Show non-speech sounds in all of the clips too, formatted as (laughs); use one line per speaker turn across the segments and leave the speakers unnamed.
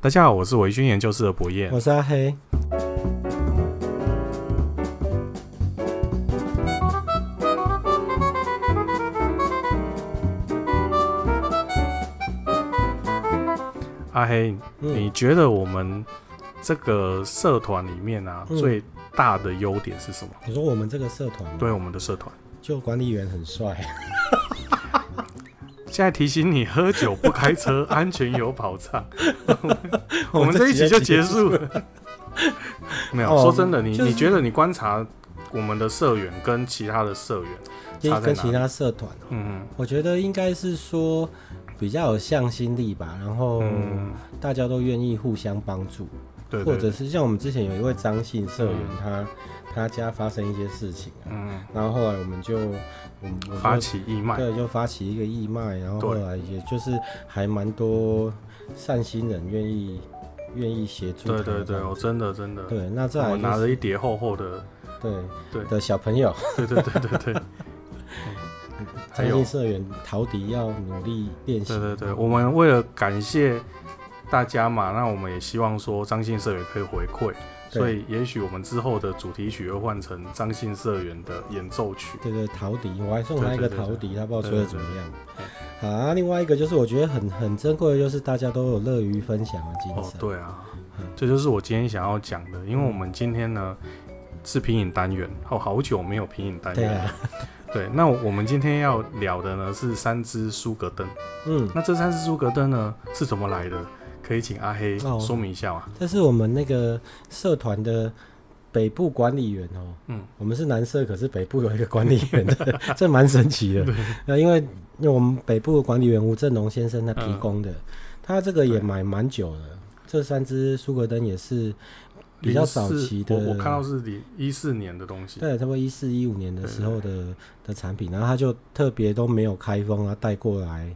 大家好，我是维军研究室的博彦。
我是阿黑。
阿黑，
嗯
你，觉得我们这个社团里面啊，
嗯
最大的优点是什么？
你说我们这个社团，
哎对我们的社团，
就管理员很帅，
现在提醒你，喝酒不开
(laughs)
车，安全有保障。 (laughs) 我们这一集就结束了。 (laughs) 没有，
哦
说真的，你
就是
你觉得你观察我们的社员跟其他的社员，
就
差在哪里
跟其他社团哦，
嗯
我觉得应该是说比较有向心力吧，然后
嗯，
大家都愿意互相帮助，
对
哦或
对对，
者是像我们之前有一位张姓社员，
嗯
他他家发生一些事情啊，
嗯，
然后后来我们就我们我就
发起义卖，
对，就发起一个义卖，然后
对
后来也就是还蛮多善心人愿意愿意协助
对
他
对
的，
对，我真的真的，
对，那再来、
我
就是、
拿着一叠厚厚的，
对
对
的小朋友，
对对对对对，还
张
有
姓社员陶迪要努力练习。
对对对，我们为了感谢大家嘛，那我们也希望说张信社员可以回馈，
对
所以也许我们之后的主题曲会换成张信社员的演奏曲。
对对，陶笛，我还送他一个陶笛，他不知道吹的怎么样
对对。
好啊，另外一个就是我觉得很很珍贵的，就是大家都有乐于分享的精
哦
神，。
对啊
嗯，
这就是我今天想要讲的，因为我们今天呢是品饮单元，哦，好久没有品饮单
对
元了。
啊，
对，那我们今天要聊的呢是三只苏格登。
嗯，
那这三只苏格登呢是怎么来的？可以请阿黑
哦
说明一下吗？
这是我们那个社团的北部管理员哦。
嗯，
我们是南社，可是北部有一个管理
(laughs)
员的，这蛮神奇的。那因为因为我们北部的管理员吴振龙先生他提供的，
嗯
他这个也买蛮久了。这三只苏格登也是比较早
04
期的
我我看到是零一四年的东西。
对，差不多一四一五年的时候的的产品，然后他就特别都没有开封，然后带过来，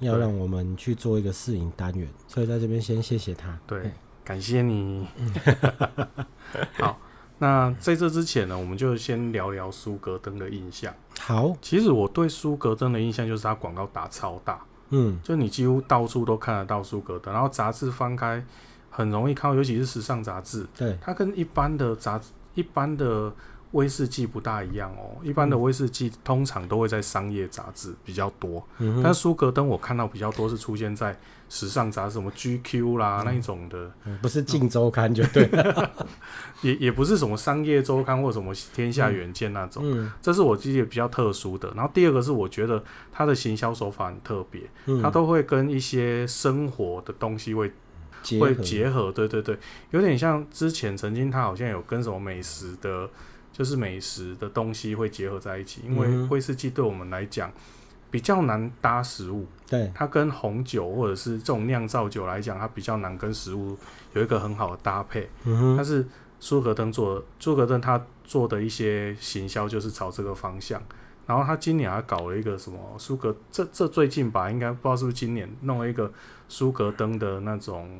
要
对
让我们去做一个试饮单元，所以在这边先谢谢他。
对，感谢你。 (laughs) 好，那在这之前呢，我们就先聊聊苏格登的印象。
好，
其实我对苏格登的印象就是它广告打超大，
嗯，
就你几乎到处都看得到苏格登，然后杂志翻开很容易看到，尤其是时尚杂志，
对，
它跟一般的杂一般的威士忌不大一样哦。一般的威士忌通常都会在商业杂志比较多，
嗯
但
哼，
是苏格登我看到比较多是出现在时尚杂志，什么 GQ 啦、那一种的。
嗯不是近周刊就对了，
也也不是什么商业周刊或什么天下远见那种，
嗯
这是我记得比较特殊的。然后第二个是我觉得它的行销手法很特别，
嗯，
它都会跟一些生活的东西会
结
会
合
结合，对对对，有点像之前曾经它好像有跟什么美食的，就是美食的东西会结合在一起，因为
嗯哼
威士忌对我们来讲。比较难搭食物，
对，
它跟红酒或者是这种酿造酒来讲，它比较难跟食物有一个很好的搭配。
嗯
但
哼，
是苏格登做苏格登他做的一些行销就是朝这个方向。然后他今年还搞了一个什么苏格，这这最近吧，应该不知道是不是今年弄了一个苏格登的那种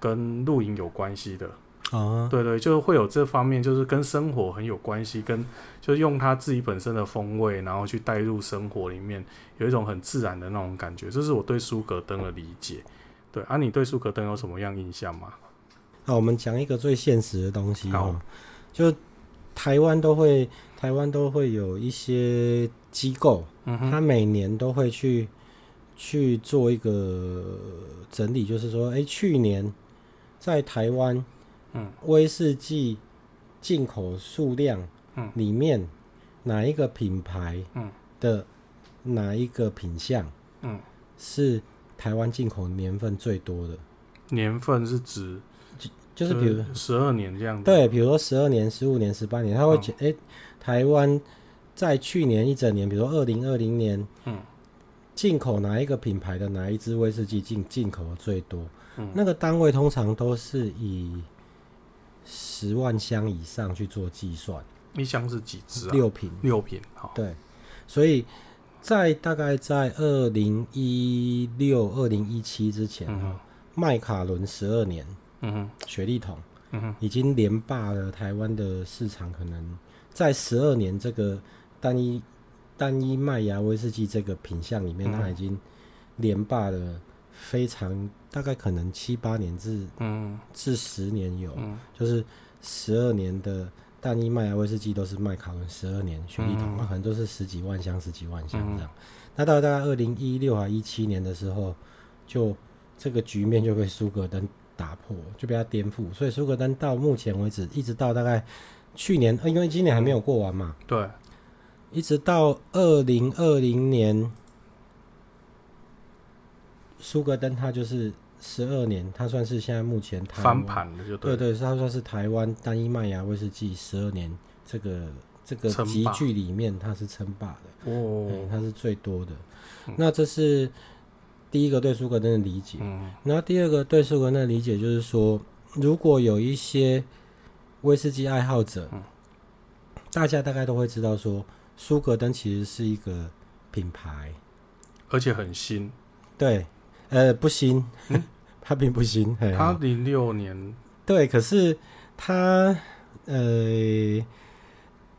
跟露营有关系的，
啊，
对对，就是会有这方面，就是跟生活很有关系，跟就是用他自己本身的风味，然后去带入生活里面，有一种很自然的那种感觉，这是我对苏格登的理解。对啊，你对苏格登有什么样印象吗？
好，我们讲一个最现实的东西
好
哦，就台湾都会，台湾都会有一些机构，
嗯
他
哼，
每年都会去去做一个整理，就是说，哎、去年在台湾
嗯
威士忌进口数量
嗯
里面哪一个品牌
嗯
的哪一个品项
嗯。
是台湾进口年份最多的？
年份是指
就是比如
十二年这样子。
对，比如说十二年、十五年、十八年，他会
嗯
觉哎、台湾在去年一整年，比如说二零二零年，
嗯，
进口哪一个品牌的哪一支威士忌进进口的最多？
嗯
那个单位通常都是以十万箱以上去做计算，
一箱是几只啊？
六瓶。
六瓶，好，
对，所以在大概在二零一六、二零一七之前
嗯
啊
哼，，
麦卡伦十二年
嗯哼，
雪利桶。
嗯哼，
已经连霸了台湾的市场，可能在十二年这个单一单一麦芽威士忌这个品相里面，
嗯
它已经连霸了非常大概可能七八年至
嗯
至十年有，
嗯
就是十二年的单一麦芽威士忌都是麦卡伦十二年雪莉桶，
嗯
那、可能都是十几万箱、十几万箱
嗯
这样。那到大概二零一六啊一七年的时候，就这个局面就被苏格登打破，就被他颠覆。所以苏格登到目前为止，一直到大概去年，呃因为今年还没有过完嘛，
对，
一直到二零二零年，苏格登他就是十二年，他算是现在目前台湾
翻盘了就
对
对，
对，它算是台湾单一麦芽威士忌十二年这个这个
称
集
霸
聚里面，它是称霸的，嗯，
哦，
它是最多的
嗯。
那这是第一个对苏格登的理解。
嗯
然后第二个对苏格登的理解就是说，如果有一些威士忌爱好者
嗯，
大家大概都会知道说，苏格登其实是一个品牌，
而且很新，
对，呃，不新， (laughs) 它并不新，嘿
嗯他零六年，
对，可是他呃，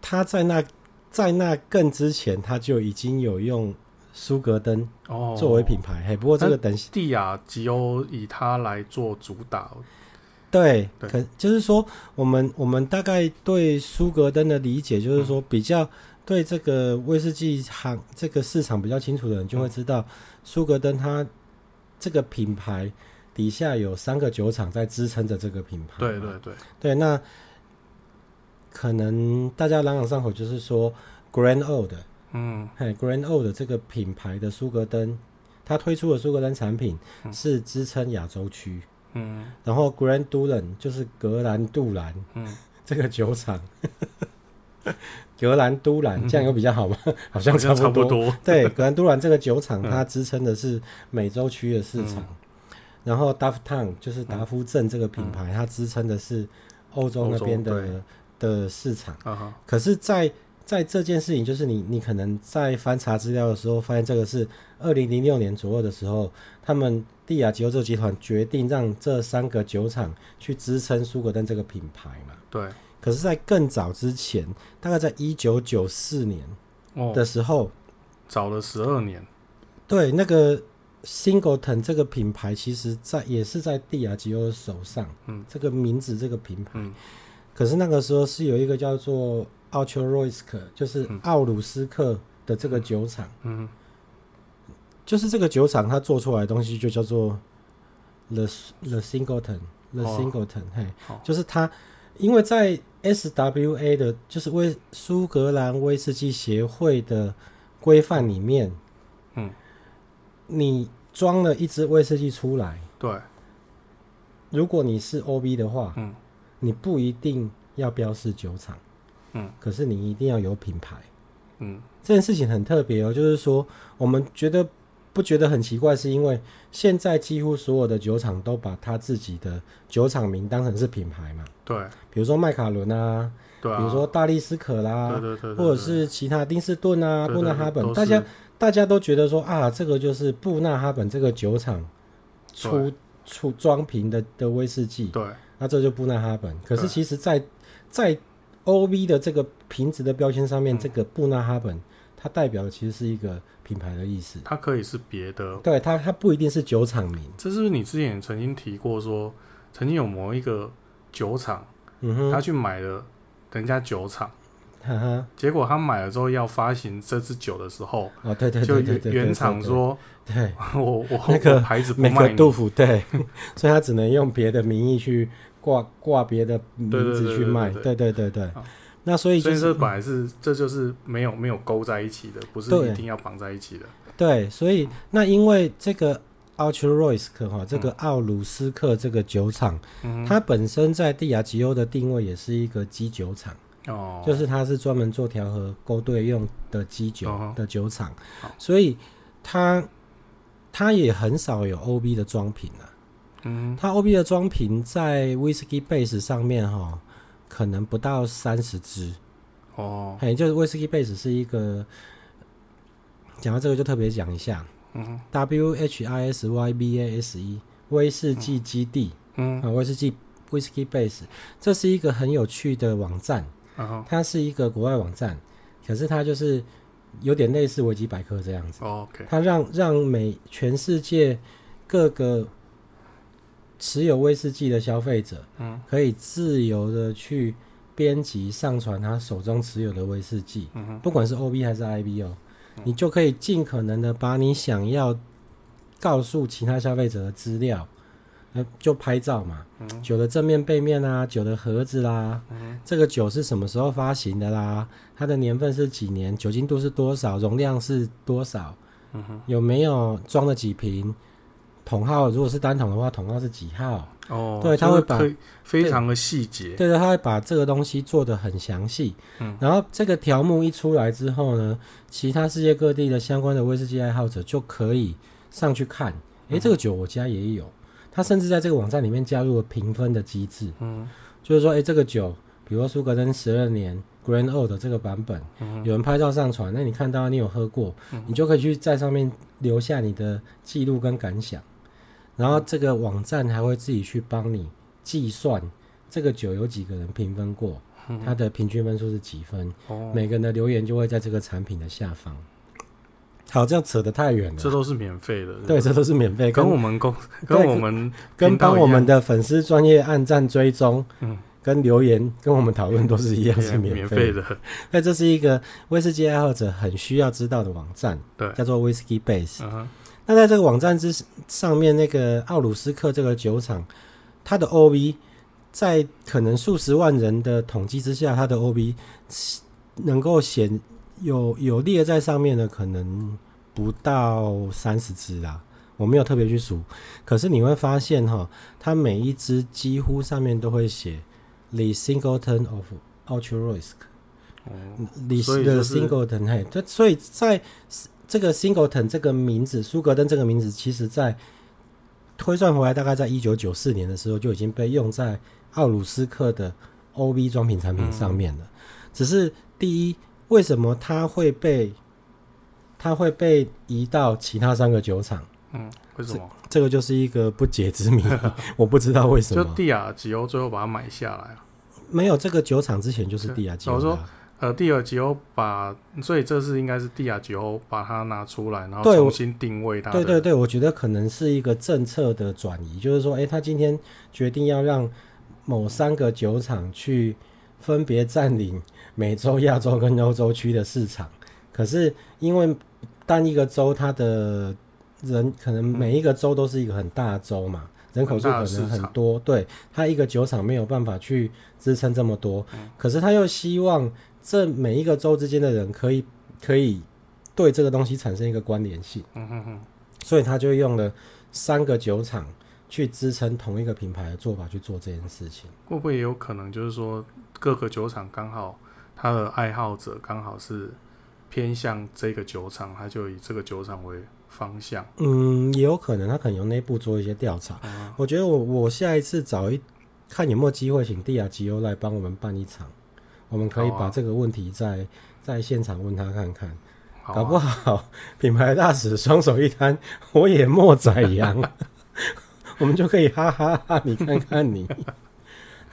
他在那在那更之前，他就已经有用苏格登
哦，嗯
作为品牌。嘿，不过这个等
蒂亚吉欧以它来做主打，
对，
对
可就是说，我们我们大概对苏格登的理解，就是
嗯
说比较对这个威士忌行这个市场比较清楚的人，
嗯
就会知道苏格登它这个品牌底下有三个酒厂在支撑着这个品牌。
对对对，
对，那可能大家朗朗上口就是说，Grand Old，
嗯
嘿，Grand Old 这个品牌的苏格登，它推出的苏格登产品
嗯
是支撑亚洲区，
嗯
然后 Grand Dulan 就是格兰杜兰
嗯，
(laughs) 这个酒厂， (laughs) 格兰杜兰这样有比较好吗？好像
嗯好像
差
差
不
不
多。
多，
(laughs)
(laughs)
对，格兰杜兰这个酒厂，
嗯
它支撑的是美洲区的市场，然后 d a f t Town
嗯
就是达夫镇这个品牌，它支撑的是欧洲那边
欧洲
的的市场。
啊哈，
可是在，在这件事情，就是你你可能在翻查资料的时候，发现这个是二零零六年左右的时候，他们蒂亚吉欧洲集团决定让这三个酒厂去支撑苏格登这个品牌嘛。
对，
可是，在更早之前，大概在一九九四年
哦，
的时候，
早了十二年，
对，那个 Singleton 这个品牌，其实在也是在蒂亚吉欧手上，
嗯
这个名字这个品牌，
嗯
可是那个时候是有一个叫做 a l t u r o i s k 就是
嗯
奥鲁斯克的这个酒厂，
嗯
就是这个酒厂它做出来的东西就叫做 The The Singleton The
哦
Singleton，、嘿
好，
就是它，因为在 SWA 的，就是威苏格兰威士忌协会的规范里面，
嗯，
你装了一支威士忌出来，
对，
如果你是 OB 的话，
嗯
你不一定要标示酒厂，
嗯，
可是你一定要有品牌。
嗯
这件事情很特别哦，就是说我们觉得不觉得很奇怪，是因为现在几乎所有的酒厂都把他自己的酒厂名当成是品牌嘛，
对
比如说麦卡伦啊，
对啊，
比如说大力斯可啦，
对对对，对
或者是其他丁士顿啊、
对对
布纳哈
都
本，
是
大家大家都觉得说啊，这个就是布纳哈本这个酒厂出出装瓶的的威士忌，
对
那这就布纳哈本。可是
对
其实在，在 OV 的这个瓶子的标签上面，
嗯
这个布纳哈本它代表的其实是一个品牌的意思。
它可以是别的
对它，它不一定是酒厂名。
这是不是你之前也曾经提过说，曾经有某一个酒厂，
嗯
他
哼，
去买了人家酒厂，
哈哈，
结果他买了之后要发行这支酒的时候，
哦，对对
就
对对
原
对，
原
对
厂，说，
对对，
(laughs) 我我
那个
我牌子不
每
卖
个
你，
杜甫对， (laughs) 所以他只能用别的名义去挂挂别的名字去卖。对
对
对对对
好，
那所以
所
就
以这
是
本来是这就是没有没有勾在一起的，不是
对
一定要绑在一起的，
对，所以那因为这个 a l t u r o i s k 哈，这个奥鲁斯克这个酒厂。
嗯，
它本身在蒂亚吉欧的定位也是一个基酒厂，
哦，
就是它是专门做调和勾兑用的基酒
嗯哼
的酒厂
好，
所以它它也很少有 OB 的装瓶啊。
嗯
它 OB 的装瓶在 Whisky Base 上面哈、可能不到三十支，
哦，
嘿，就是 Whisky Base 是一个。讲到这个就特别讲一下
嗯
W H I S Y B A S E 威士忌基地，
嗯，
啊，威士忌 Whisky Base，这是一个很有趣的网站，
然后
它是一个国外网站，可是它就是有点类似维基百科这样子，
哦 OK，
它让让每全世界各个持有威士忌的消费者，
嗯，
可以自由的去编辑、上传他手中持有的威士忌，
嗯哼，
不管是 OB 还是 IB 哦，你就可以尽可能的把你想要告诉其他消费者的资料，呃，就拍照嘛，酒的正面、背面啊，酒的盒子啦，
嗯
这个酒是什么时候发行的啦，它的年份是几年，酒精度是多少，容量是多少，
嗯哼，
有没有装了几瓶，桶号如果是单桶的话，桶号是几号？
哦，
对他
就是
会把
可以非常的细节，
对的，他会把这个东西做得很详细。
嗯，
然后这个条目一出来之后呢，其他世界各地的相关的威士忌爱好者就可以上去看，诶，这个酒我家也有。他甚至在这个网站里面加入了评分的机制，
嗯
就是说，诶，哎这个酒，比如说苏格登十二年 Grand Old 这个版本，
嗯
有人拍照上传，那你看到你有喝过，
嗯
你就可以去在上面留下你的记录跟感想，然后这个网站还会自己去帮你计算这个酒有几个人评分过，它的平均分数是几分，
嗯哦，
每个人的留言就会在这个产品的下方。好，这样扯得太远
这
了。
都是免费的，
对，这都是免费，
跟
欸跟
我们公
对
(laughs) 跟我们
(laughs) 跟
频道
帮
一
我们
样
的粉丝专业按赞追踪，
嗯
跟留言跟我们讨论都是一样，是
免
免费的。 (laughs)
的，
那这是一个威士忌爱好者很需要知道的网站，
对
叫做 Whisky Base。
嗯哼，
那在这个网站之上面，那个奥鲁斯克这个酒厂，它的 OB 在可能数十万人的统计之下，它的 OB 能够显有有列在上面的，可能不到三十支啦。我没有特别去数，可是你会发现哈，它每一支几乎上面都会写 The Singleton of u l t r a Risk。
哦，
李
所以
的
就是
Singleton，嘿，这所以在这个 Singleton 这个名字，苏格登这个名字，其实在推算回来，大概在一九九四年的时候就已经被用在奥鲁斯克的 OB 装品产品
嗯
上面了。只是第一，为什么它会被它会被移到其他三个酒厂？
嗯，为什么？
这个就是一个不解之
(laughs)
谜，我不知道为什
就
么
蒂亚吉欧最后把它买下来啊，
没有这个酒厂之前就是
对
蒂亚吉
我
欧
说
啦
呃，蒂尔吉欧把，所以这是应该是蒂亚吉欧把它拿出来，然后
对
重
我
新定位它的，
对对对，我觉得可能是一个政策的转移，就是说，诶，他今天决定要让某三个酒厂去分别占领美洲、亚洲跟欧洲区的市场，可是因为单一个州它的人可能每一个州都是一个很大的州嘛，人口数可能很多，对，它一个酒厂没有办法去支撑这么多，可是他又希望这每一个州之间的人可以可以对这个东西产生一个关联性。
嗯哼哼，
所以他就用了三个酒厂去支撑同一个品牌的做法去做这件事情。
会不会也有可能就是说各个酒厂刚好它的爱好者刚好是偏向这个酒厂，它就以这个酒厂为方向，
嗯，也有可能他可能由内部做一些调查。
啊
我觉得我我下一次找一看有没有机会，请蒂亚吉欧来帮我们办一场，我们可以
好啊
把这个问题在、在现场问他看看，
好啊
搞不好品牌大使双手一摊，我也莫宰羊， (laughs) 我们就可以哈哈哈你看看
(laughs)
你。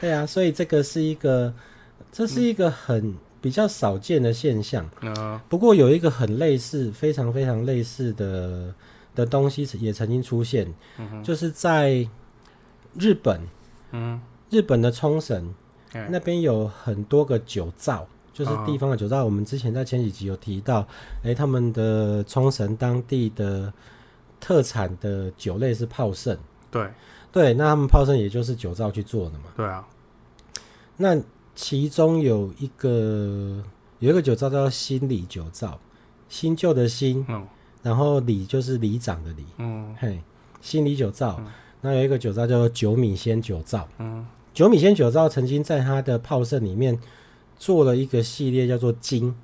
对啊，所以这个是一个，这是一个很比较少见的现象。
呃，
不过有一个很类似、非常非常类似的的东西也曾经出现，就是在日本，
嗯，
日本的冲绳
哎
那边有很多个酒造，就是
啊
地方的酒造。我们之前在前几集有提到，诶，他们的冲绳当地的特产的酒类是泡盛，
对
对，那他们泡盛也就是酒造去做的嘛。
对啊，
那其中有一个有一个酒造叫新里酒造，新旧的新，
嗯
然后里就是里长的里，
嗯
嘿，新里酒造。那有一个酒造叫做九米仙酒造，
嗯，
九米仙酒造曾经在它的泡盛里面做了一个系列叫做金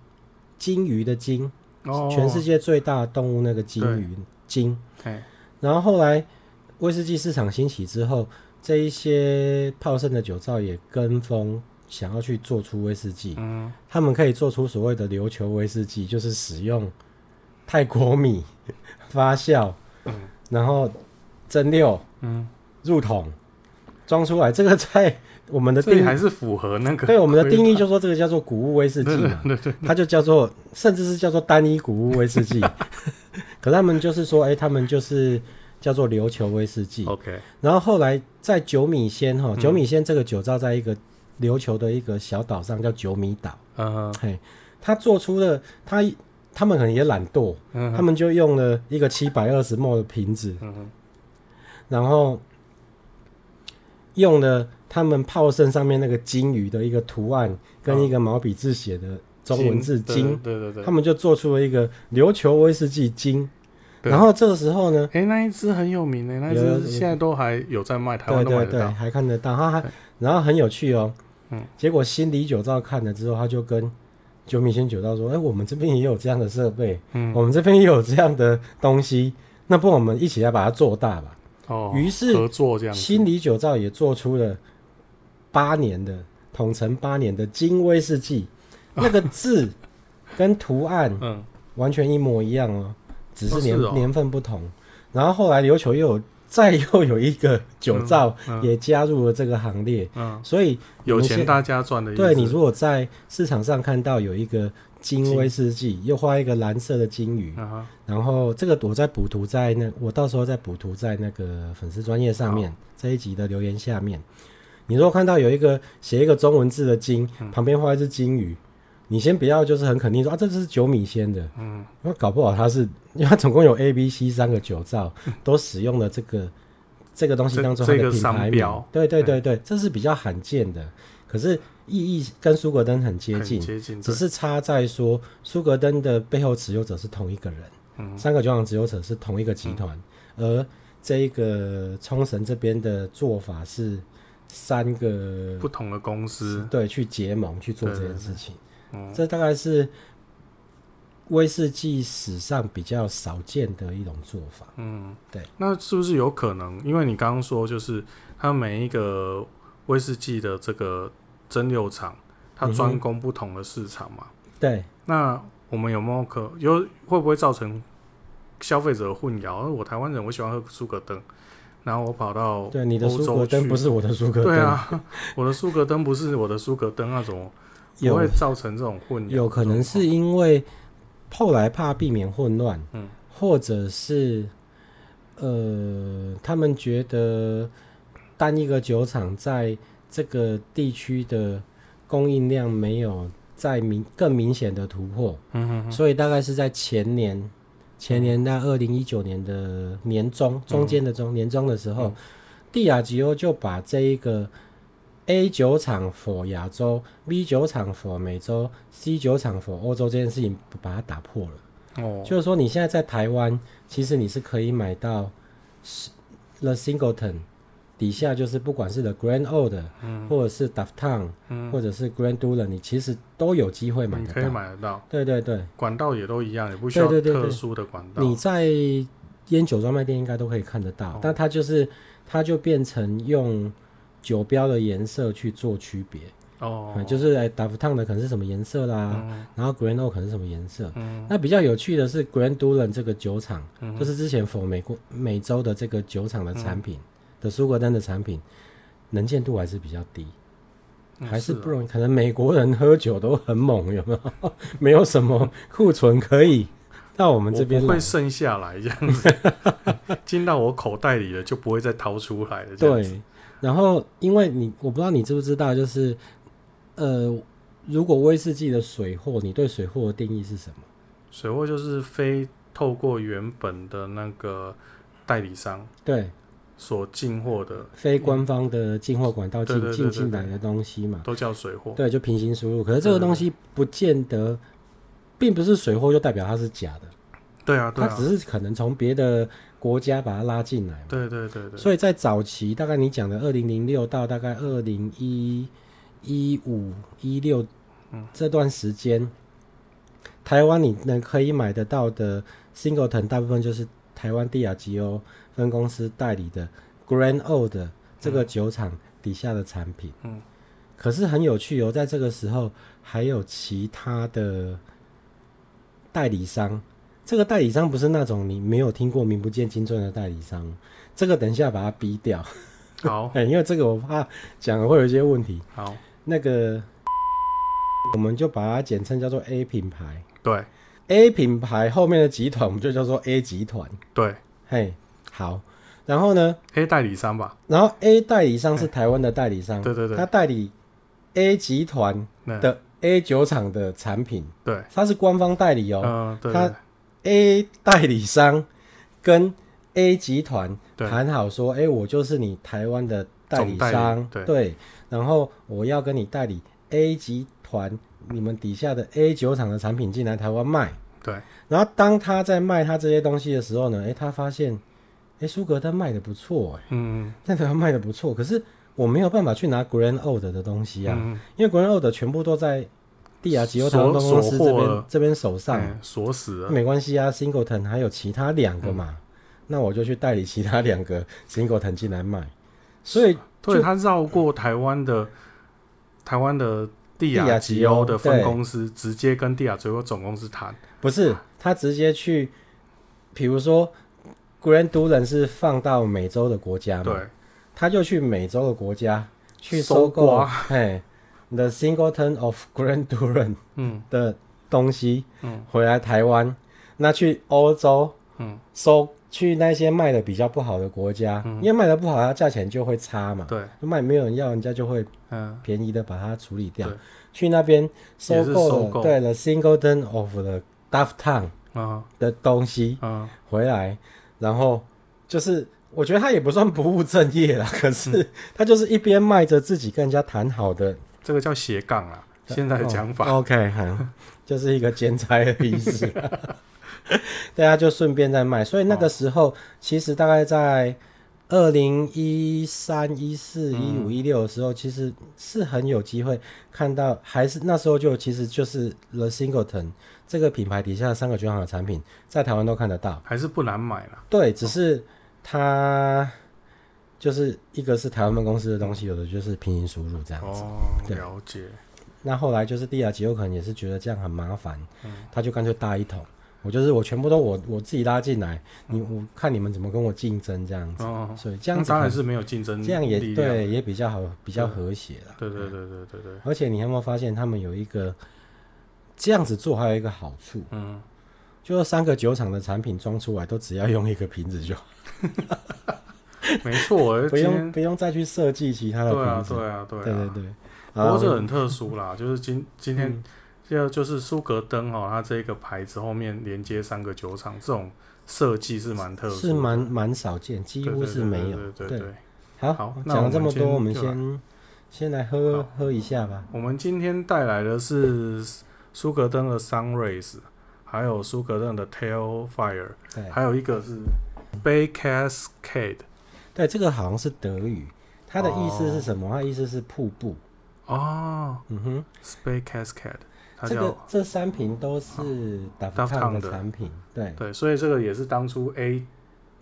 金鱼的金，
哦，
全世界最大的动物那个金
对
鱼金。
哎
然后后来威士忌市场兴起之后，这一些泡盛的酒造也跟风想要去做出威士忌，
嗯
他们可以做出所谓的琉球威士忌，就是使用泰国米发酵，
嗯
然后蒸馏
嗯，
入桶装出来。这个在我们的
这里
定
还
义，
是符合那个
对我们的
规则
定义就说这个叫做谷物威士忌嘛。
对对，
它就叫做，
(laughs)
甚至是叫做单一谷物威士忌。可他们就是说，哎、他们就是叫做琉球威士忌。
OK，
然后后来在九米仙哈，
哦嗯
九米仙这个酒造在一个琉球的一个小岛上叫九米岛，
嗯
嘿，他做出了他他们可能也懒惰，
嗯
他们就用了一个七百二十 ml 的瓶子，
嗯哼
然后用了他们炮身上面那个金鱼的一个图案跟一个毛笔字写的中文字“金
对对”，对
他。们就做出了一个琉球威士忌金。
对
然后这个时候呢，
哎、那一只很有名的、那一
有有有
只现在都还有在卖，台
对
湾都买
对
得
对，
到。
还看得到，他还
对
然后很有趣哦。
嗯，
结果新李酒造看了之后，他就跟九米仙酒造说：“哎，我们这边也有这样的设备，我
嗯，
们这边也有这样的东西，那不然我们一起来把它做大吧。”
哦，
于是
合作这样子。
新李酒造也做出了八年的统称八年的金威士忌，那个字跟图案
嗯，
完全一模一样哦，只是
哦
年、
是哦
年份不同。然后后来琉球又有再又有一个酒造
嗯
也加入了这个行列，
嗯，
所以
有
你
钱
现
大家赚的意思。
对你如果在市场上看到有一个金威士忌，又画一个蓝色的金鱼，
啊哈
然后这个我在补图在那，我到时候再补图在那个粉丝专业上面这一集的留言下面。你如果看到有一个写一个中文字的金，
嗯
旁边画一只金鱼，你先不要就是很肯定说啊，这是九米仙的，
嗯，
因为搞不好它是， (laughs) 因为它总共有 A、B、C 三个酒造都使用了这个这个东西
这
当做它
这
的
个
品
商
牌名
标。嗯
对对对对，这是比较罕见的，可是意义跟苏格登很接
很
近。
接近，
只
对
是差在说苏格登的背后持有者是同一个人，
嗯
三个酒厂持有者是同一个集团，而这一个冲绳这边的做法是三个
不同的公司。
对去结盟去做这
对
件
对
事情，
嗯，
这大概是威士忌史上比较少见的一种做法。
嗯，
对。
那是不是有可能？因为你刚刚说，就是它每一个威士忌的这个蒸馏厂，它
嗯哼
专攻不同的市场嘛？
对，
那我们有没有可有会不会造成消费者的混淆？呃我台湾人，我喜欢喝苏格登，然后我跑到
对，你的
欧
苏
洲
格登
去
不是我的苏格登，
对啊， (laughs) 我的苏格登不是我的苏格登那种，不
有
会造成这种混淆。
有可能是因为后来怕避免混乱，
嗯
或者是呃，他们觉得单一个酒厂在这个地区的供应量没有再明更明显的突破，
嗯哼哼，
所以大概是在前年，前年在二零一九年的年中中间的中、年中的时候，
嗯
蒂亚吉欧就把这一个 A 酒厂 for 亚洲，B 酒厂 for 美洲，C 酒厂 for 欧洲这件事情把它打破了。
哦，
就是说，你现在在台湾，其实你是可以买到是 The Singleton 底下就是不管是 The Grand Old，、
嗯
或者是 d a f t Town，、
嗯，
或者是 Grand d u l a 你其实都有机会买
你
得
可以
到。
买得到，
对对对。
管道也都一样，也不需要
对对对
特
对
殊的管道。
你在烟酒专卖店应该都可以看得到，
哦
但它就是它就变成用酒标的颜色去做区别，
哦
嗯，就是哎打福烫的可能是什么颜色啦，
嗯
然后 Grand O 可能是什么颜色。
嗯
那比较有趣的是 Grand Dulan 这个酒厂，
嗯，
就是之前否美国美洲的这个酒厂的产品、的苏格丹的产品，能见度还是比较低，
嗯
还是不
哦
容易。可能美国人喝酒都很猛，有没有？ (laughs) 没有什么库存可以到我
我
们这边
不
来
会。剩下来这样子，
(laughs)
进到我口袋里了就不会再掏出来了。这样子，
对，然后因为你我不知道你知不知道，就是呃，如果威士忌的水货，你对水货的定义是什么？
水货就是非透过原本的那个代理商
对，
所进货的，
非官方的进货管道
对
进
对对
进
对
进来
对
的东西嘛，
都叫水货。
对，就平行输入。可是这个
对对
东西不见得，并不是水货就代表它是假的，
对啊，对
它
啊，
只是可能从别的国家把它拉进来嘛。
对对对对，
所以在早期，大概你讲的二零零六到大概二零一一五一六
嗯
这段时间，台湾你能可以买得到的 Singleton 大部分就是台湾蒂亚吉欧分公司代理的 Grand Old 这个酒厂底下的产品。
嗯，
可是很有趣哦，在这个时候还有其他的代理商。这个代理商不是那种你没有听过、名不见经传的代理商，这个等一下把它逼掉， (laughs)
好
哎，因为这个我怕讲了会有一些问题。
好
那个， (laughs) 我们就把它简称叫做 A 品牌
对
，A 品牌后面的集团我们就叫做 A 集团，
对，
嘿，好，然后呢，
黑代理商吧，
然后 A 代理商是台湾的代理商，
对对对
他代理 A 集团
那
的 A 酒厂的产品，
对，
他是官方代理哦。
嗯，对
他
对
A 代理商跟 A 集团
对
谈好说，哎、我就是你台湾的代理
总代
商
理对
然后我要跟你代理 A 集团你们底下的 A 酒厂的产品进来台湾卖。
对，
然后当他在卖他这些东西的时候呢，哎、他发现，哎、苏格丹卖的不错、哎，
嗯
在台湾卖的不错，可是我没有办法去拿 Grand Old 的东西啊，
嗯，
因为 Grand Old 全部都在地亚吉欧台湾办公室
所
这
获
边
了
这边手上。
哎锁死了，
没关系啊，Singleton 还有其他两个嘛，那我就去代理其他两个 Singleton 进来卖。所以
对
就
他绕过台湾的台湾的地
地
亚
亚
吉
吉
欧
欧
的分
对
公司，直接跟地亚吉欧总公司谈，
不是他直接去，比如说 Grand d u l a n 是放到美洲的国家嘛，
对，
他就去美洲的国家去
搜
收购
刮，
嘿，The Singleton of Grand d u l a n
嗯
的东西
嗯
回来台湾，那去欧洲
嗯，
收。去那些卖的比较不好的国家，因为卖的不好，它价钱就会差嘛。
对，
卖没有人要，人家就会
嗯
便宜的把它处理掉
对。
去那边收
也是
购
收
了
购
对了 Singleton of the Duff Town
啊
的东西
啊，
回来，然后就是我觉得他也不算不务正业啦，可
嗯
是他就是一边卖着自己跟人家谈好的
这个叫斜杠啊，现在的讲法，
哦 OK，好， (laughs) 就是一个兼差的意思。 (laughs) 对啊，就顺便在卖，所以那个时候、其实大概在二零一三、一四、一五、一六的时候，其实是很有机会看到，还是那时候就其实就是 The Singleton 这个品牌底下的三个酒厂的产品，在台湾都看得到。
还是不难买啦。
对，只是它就是一个是台湾分公司的东西，有的就是平行输入这样子。
哦，
对
了解，
那后来就是蒂亚吉欧可能也是觉得这样很麻烦，
嗯
他就干脆搭一桶。我就是我全部都我我自己拉进来，你我看你们怎么跟我竞争这样子，
嗯哦，
所以这
那
样子
当然
可
是没有竞争
能
力
这
量
样
了，
也对，也比较好，比较和谐啦。
对对对对对对，
而且你有没有发现他们有一个这样子做还有一个好处，
嗯，
就是三个酒厂的产品装出来都只要用一个瓶子就好，
没
(laughs)
错，
不
今
用
天
不用再去设计其他的
对
瓶
啊
子。
对啊对
对
啊，
对对，嗯
不
然
过
后
这很特殊啦，就是今今天就就是苏格登哦，它这个牌子后面连接三个酒厂，这种设计是蛮特殊的，
呃是蛮蛮少见，几
对
乎
对
是
对
没有。
对对对。
好，哦
好那
讲
我
了这
们
么多，
先
我们
就
先先来喝
好
喝一下吧。
我们今天带来的是苏格登的 Sunrise，还有苏格登的 Tailfire，
对
还有一个是 Bay Cascade。
对，这个好像是德语，它的意思是什么？它意思是瀑布。
哦
嗯哼，
，Bay Cascade，它
这
叫、
个这三瓶都是达夫
Daft Punk
烫
的
的产品，对，
对，所以这个也是当初 A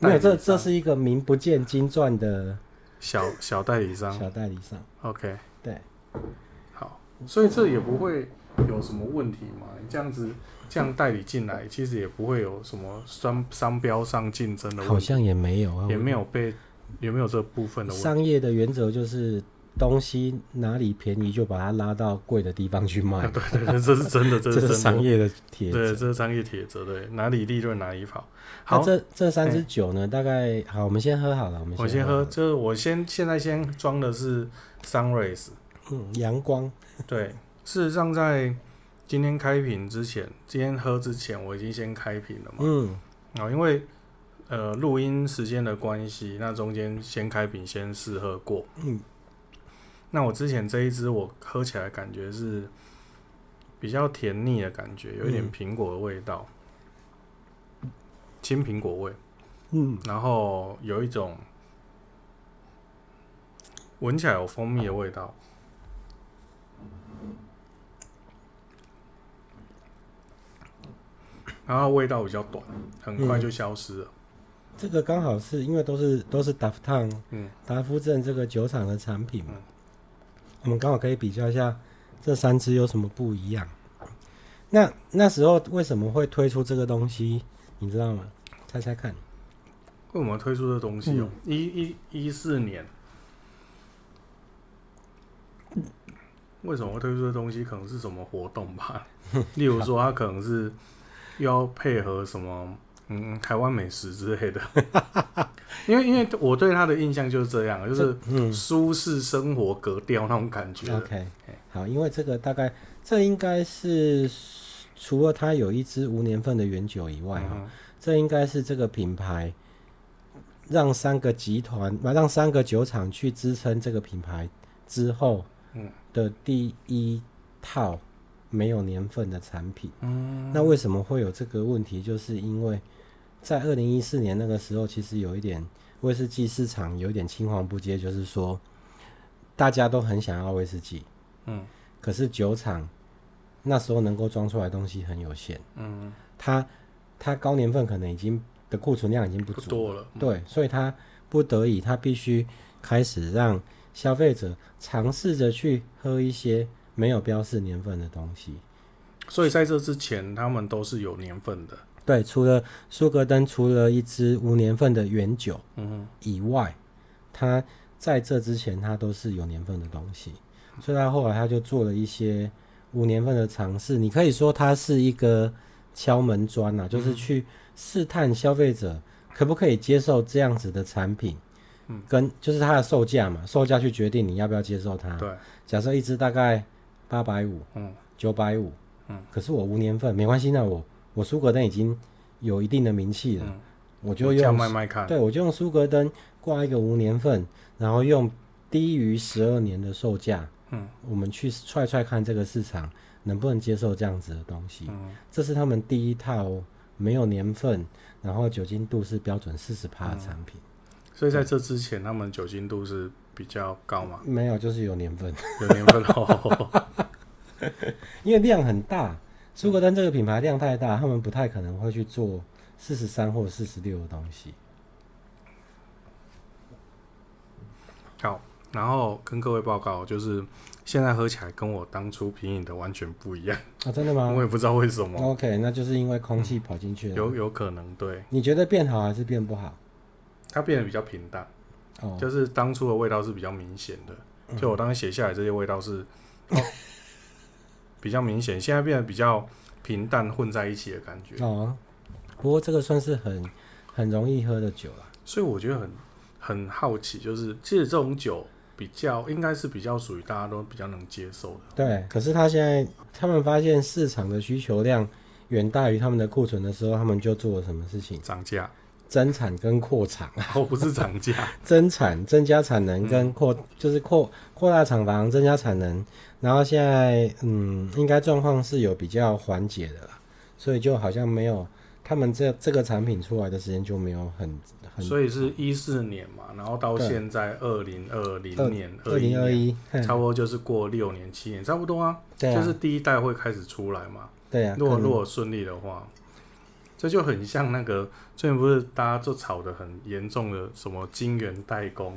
没有
代
这
理
这
商
是一个名不见经传的
小小代理商。
小代理商，
OK，
对，
好，所以这也不会有什么问题嘛？你这样子这样代理进来，其实也不会有什么商商标上竞争的
好
问题，
像也没有啊，
也
我
没有被也没有这部分的问题。
商业的原则就是东西哪里便宜就把它拉到贵的地方去卖，
对对 (laughs) 对，这是真的，这真
这是
的。
商业的铁则
对，这是商业铁则，对，哪里利润哪里跑。
那
好，
这这三支酒呢，大概好，我们先喝好了，我们
我
先
先喝，。这我先现在先装的是 Sunrise，
嗯，阳光，
对，事实上在今天开瓶之前，今天喝之前我已经先开瓶了嘛，
嗯，
啊、因为呃录音时间的关系，那中间先开瓶先试喝过，
嗯，
那我之前这一支我喝起来感觉是比较甜腻的感觉，有一点
嗯
苹果的味道，青苹果味。
嗯，
然后有一种闻起来有蜂蜜的味道。然后味道比较短，很快就消失了。
这个刚好是因为都是都是达夫烫，
嗯，
达夫镇这个酒厂的产品嘛
嗯，
我们刚好可以比较一下这三支有什么不一样。那那时候为什么会推出这个东西，你知道吗？猜猜看，
为什么推出这东西哦？
嗯
一一一四年，为什么会推出这东西？可
(laughs)
能是什么活动吧？例如说，它可能是要配合什么嗯，台湾美食之类的。 (laughs) 因为因为我对他的印象就是这样，就是
嗯哦
舒适生活格调那种感觉。
，OK，好，因为这个大概这应该是除了它有一支无年份的原酒以外，啊
嗯
这应该是这个品牌让三个集团，啊让三个酒厂去支撑这个品牌之后
嗯
的第一套没有年份的产品。
嗯
那为什么会有这个问题？就是因为在二零一四年那个时候，其实有一点威士忌市场有一点青黄不接，就是说大家都很想要威士忌，
嗯
可是酒厂那时候能够装出来的东西很有限，
嗯，
它它高年份可能已经的库存量已经不
不
足，
多了。
对，所以它不得已，它必须开始让消费者尝试着去喝一些没有标示年份的东西。
所以在这之前，他们都是有年份的。
对，除了苏格登除了一支无年份的原酒
嗯
以外，它在这之前它都是有年份的东西，所以它后来它就做了一些无年份的尝试。你可以说它是一个敲门砖呐、啊
嗯
就是去试探消费者可不可以接受这样子的产品。
嗯
跟就是它的售价嘛，售价去决定你要不要接受它
哼，。对，
假设一支大概八百五，
嗯
九百五，
嗯，
可是我无年份，没关系，那我我苏格登已经有一定的名气了，
嗯，
我就
这样
用，
卖卖看。
对我就用苏格登挂一个无年份，然后用低于十二年的售价，
嗯，
我们去踹踹看这个市场能不能接受这样子的东西，
嗯
这是他们第一套没有年份，然后酒精度是标准四十帕的产品，
所以在这之前，他们酒精度是比较高
(laughs)
嘛，
没有就是有年份，
有年份哦。
因为量很大，苏格登这个品牌量太大，他们不太可能会去做四十三或四十六的东西。
好， (laughs) 然后跟各位报告，就是现在喝起来跟我当初品饮的完全不一样，
啊，真的吗
我也不知道为什么，
？OK，那就是因为空气跑进去了。
有有可能对
你觉得变好还是变不好？
它变得比较平淡，
哦，
就是当初的味道是比较明显的，就我当时写下来这些味道是、哦 (laughs) 比较明显，现在变得比较平淡混在一起的感觉，
哦，不过这个算是很很容易喝的酒了。
所以我觉得很很好奇，就是其实这种酒比较应该是比较属于大家都比较能接受的，
对，可是他现在他们发现市场的需求量远大于他们的库存的时候，他们就做了什么事情？
涨价，
增产跟扩产，
哦 (laughs) 不是涨价，
(laughs) 增产增加产能跟扩、就是扩扩大厂房，增加产能。然后现在嗯，应该状况是有比较缓解的啦，所以就好像没有他们这这个产品出来的时间就没有很 (laughs) 很
所以是一四年嘛，然后到
对
现在二零二零年、
二零二
一
一，嘿
差不多就是过六年、七年，差不多啊，
对啊，
就是第一代会开始出来嘛。
对啊，
如
可
果
能
如果顺利的话，这就很像那个最近不是大家就吵得很严重的什么晶圆代工，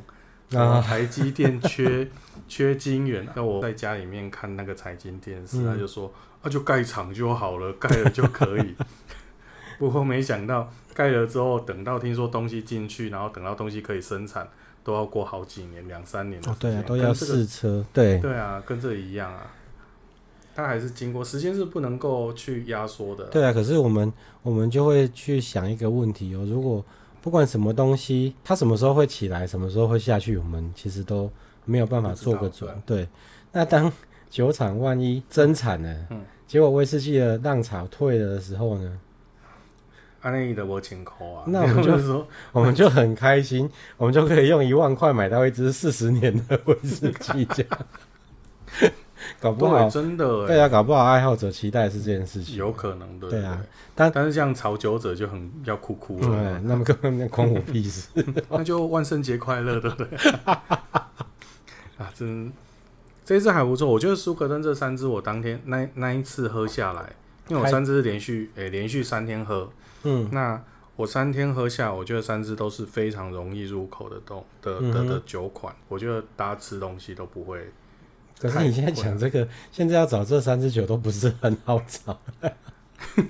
什么
(laughs) 啊
台积电
(laughs)
缺缺晶圆，那我在家里面看那个财经电视，
嗯
他就说啊就盖厂就好了， (laughs) 盖了就可以。 (laughs) 不过没想到盖了之后，等到听说东西进去，然后等到东西可以生产，都要过好几年，两三年的
哦
时
对
间、
啊，都要
跟这个
试车，对
对啊，跟这一样啊，它还是经过时间是不能够去压缩的。
对啊。可是我们我们就会去想一个问题哦，如果不管什么东西，它什么时候会起来，什么时候会下去，我们其实都没有办法
不知
做
道
个准。对，那当酒厂万一增产了，
嗯
结果威士忌的浪潮退了的时候呢，
安利啊的我请扣啊，
那我们就
就是说，
我们就很开心，我们就可以用一万块买到一支四十年的威士忌这样
(laughs)
搞不
对，
好，
真的欸
对啊，搞不好爱好者期待是这件事情。
有可能的。
对啊
对，
但
但是这样炒酒者就很要哭哭了
嗯，，那么根本就关我屁
(laughs)
事。
那就万圣节快乐，对不对？ (laughs) 啊，真这一支还不错，我觉得苏格登这三支，我当天那那一次喝下来，因为我
还
三支是连续诶、连续三天喝，
嗯，
那我三天喝下，我觉得三支都是非常容易入口的东的的
嗯
的
哼
酒款，我觉得大家吃东西都不会。
可是你现在讲这个，现在要找这三支酒都不是很好找。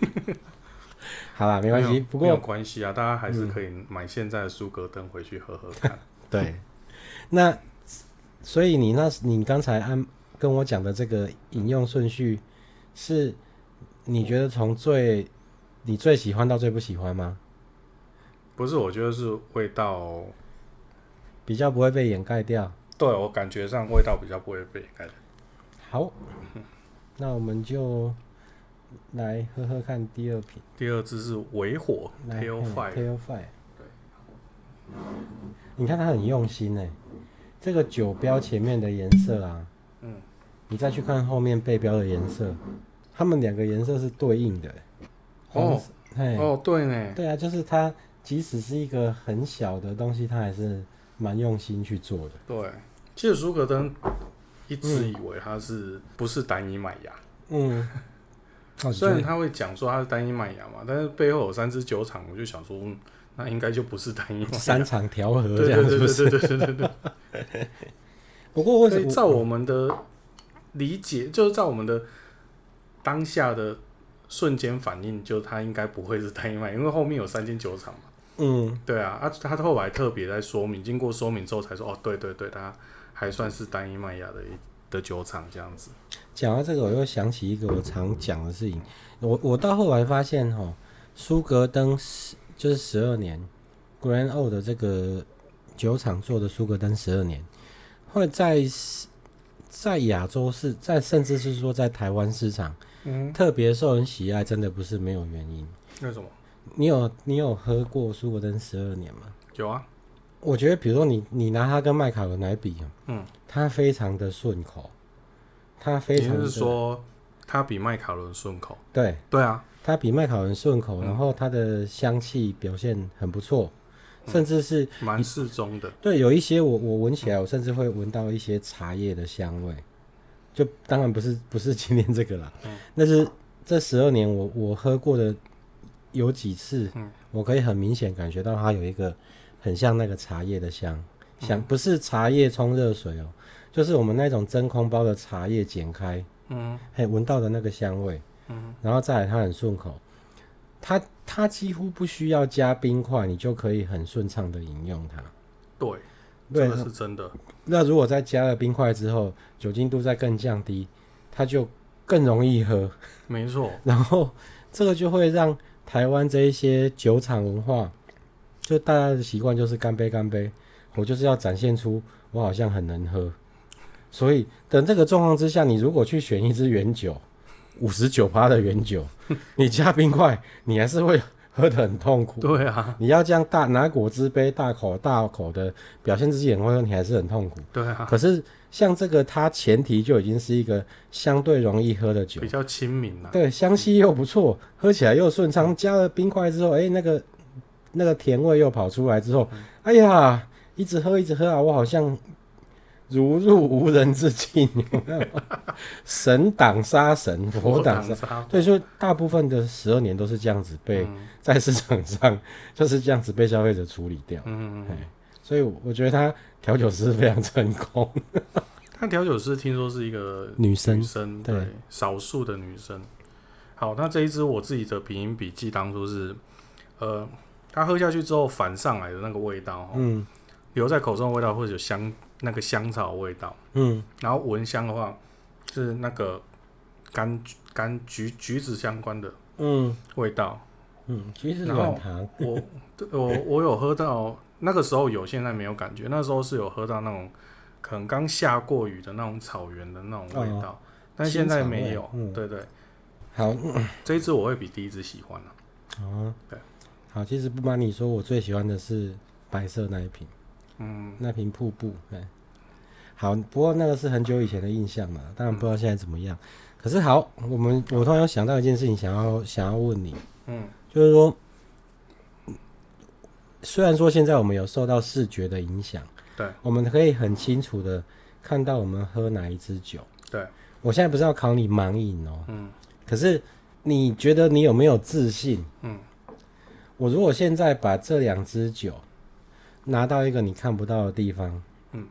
(laughs) 好啦，没关
没
系
有。
不
没有
过嗯
关系啊，大家还是可以买现在的苏格登回去喝喝看。 (laughs)
对， (laughs) 那所以你那，你刚才按跟我讲的这个引用顺序，是你觉得从最你最喜欢到最不喜欢吗？
不是，我觉得是味道，
比较不会被掩盖掉。
对我感觉上味道比较不会被掩盖。
好，那我们就来喝喝看第二瓶，
第二支是尾火
来嗯
tail fire，
Tail Fire。你看他很用心哎、这个酒标前面的颜色啊，
嗯，
你再去看后面背标的颜色，它们两个颜色是对应的、欸。
哦
哎，
哦，对呢，
对啊，就是它即使是一个很小的东西，它还是蛮用心去做的。
对，其实苏格登一直以为它是不是单一麦芽，
嗯，哦，
虽然
就
他会讲说它是单一麦芽嘛，但是背后有三支酒厂，我就想说，嗯那应该就不是单一麦芽。
三场调和
对
这
对
样
对
是不
对对
是？
对对对对。
不过 (laughs) 为
所
什
以
么
照我们的理解，就是照我们的当下的瞬间反应，就它应该不会是单一麦，因为后面有三间酒厂嘛。
嗯，
对啊，啊，他后来特别在说明，经过说明之后才说，哦，对对对，它还算是单一麦芽的一的酒厂这样子。
讲到这个，我又想起一个我常讲的事情。我我到后来发现哈，苏格登十就是十二年，Grand O 的这个酒厂做的苏格登十二年，后来在在亚洲市，在甚至是说在台湾市场
嗯，
特别受人喜爱，真的不是没有原因。
为什么？
你有你有喝过苏格登十二年吗？
有啊，
我觉得，比如说你你拿它跟麦卡伦来比啊，
嗯，
它非常的顺口，它非
你
常
是
的
说它比麦卡伦顺口？
对，
对啊，
它比麦卡伦顺口，
嗯
然后它的香气表现很不错，甚至是
蛮适中的。
对有一些我我闻起来，我甚至会闻到一些茶叶的香味，就当然不是不是今天这个啦，
嗯
但是这十二年我我喝过的有几次，
嗯
我可以很明显感觉到它有一个很像那个茶叶的香
嗯
香，不是茶叶冲热水哦，就是我们那种真空包的茶叶剪开，
嗯
嘿，闻到的那个香味，
嗯，
然后再来它很顺口，它它几乎不需要加冰块，你就可以很顺畅的饮用它。
对，这
对
个，是真的。
那如果再加了冰块之后，酒精度再更降低，它就更容易喝，
没错，
然后这个就会让台湾这一些酒厂文化，就大家的习惯就是干杯干杯，我就是要展现出我好像很能喝。所以等这个状况之下，你如果去选一支原酒，五十九趴的原酒， (laughs) 你加冰块，你还是会喝得很痛苦。
对啊，
你要这样大拿果汁杯大口大口的表现自己很会喝，你还是很痛苦。
对啊，
可是像这个，它前提就已经是一个相对容易喝的酒
比，较嗯亲民啊。
对，香气又不错，喝起来又顺畅，
嗯
加了冰块之后，哎、那个那个甜味又跑出来之
嗯
后，哎呀，一直喝一直喝啊，我好像如入无人之境，有没有神挡杀神，佛挡杀。
杀
对，所以大部分的十二年都是这样子被、
嗯
在市场上 (laughs) 就是这样子被消费者处理掉，哎
嗯，嗯嗯
所以我觉得他调酒师非常成功。
他调酒师听说是一个
女生
女生
对
对，少数的女生。好，那这一支我自己的鼻音笔记当初是，呃，它喝下去之后反上来的那个味道，哦
嗯
留在口中的味道会有香那个香草味道，
嗯
然后闻香的话是那个柑橘柑橘橘子相关的
嗯
味道。
嗯，其实是
然后
软糖， (laughs)
我对我我有喝到，那个时候有，现在没有感觉。那时候是有喝到那种可能刚下过雨的那种草原的那种味道，但现在没有。
哦清爽味嗯
对对，
好，
这一支我会比第一支喜欢啊。
哦，
对，
好，其实不瞒你说，我最喜欢的是白色那一瓶，
嗯，
那瓶瀑布，哎，好，不过那个是很久以前的印象嘛，当然不知道
嗯
现在怎么样。可是好，我们我突然有想到一件事情，想要想要问你，
嗯，
就是说，虽然说现在我们有受到视觉的影响，
对，
我们可以很清楚的看到我们喝哪一支酒。
对，
我现在不是要考你盲饮哦，
嗯
可是你觉得你有没有自信？
嗯，
我如果现在把这两支酒拿到一个你看不到的地方，
嗯，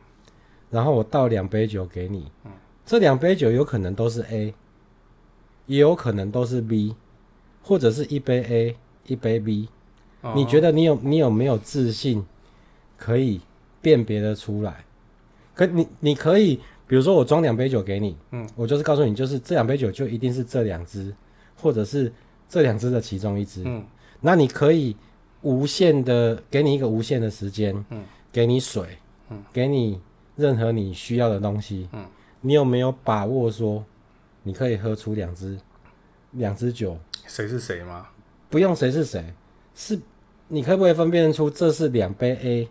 然后我倒两杯酒给你，嗯，这两杯酒有可能都是 A，也有可能都是 B，或者是一杯 A 一杯 B，、
哦
你觉得你有你有没有自信可以辨别的出来？可你你可以，比如说我装两杯酒给你，
嗯，
我就是告诉你，就是这两杯酒就一定是这两支，或者是这两支的其中一支，
嗯
那你可以无限的给你一个无限的时间，
嗯，
给你水，
嗯，
给你任何你需要的东西，
嗯，
你有没有把握说你可以喝出两支两支酒？
谁是谁吗？
不用谁是谁，是你可不可以分辨出这是两杯 A，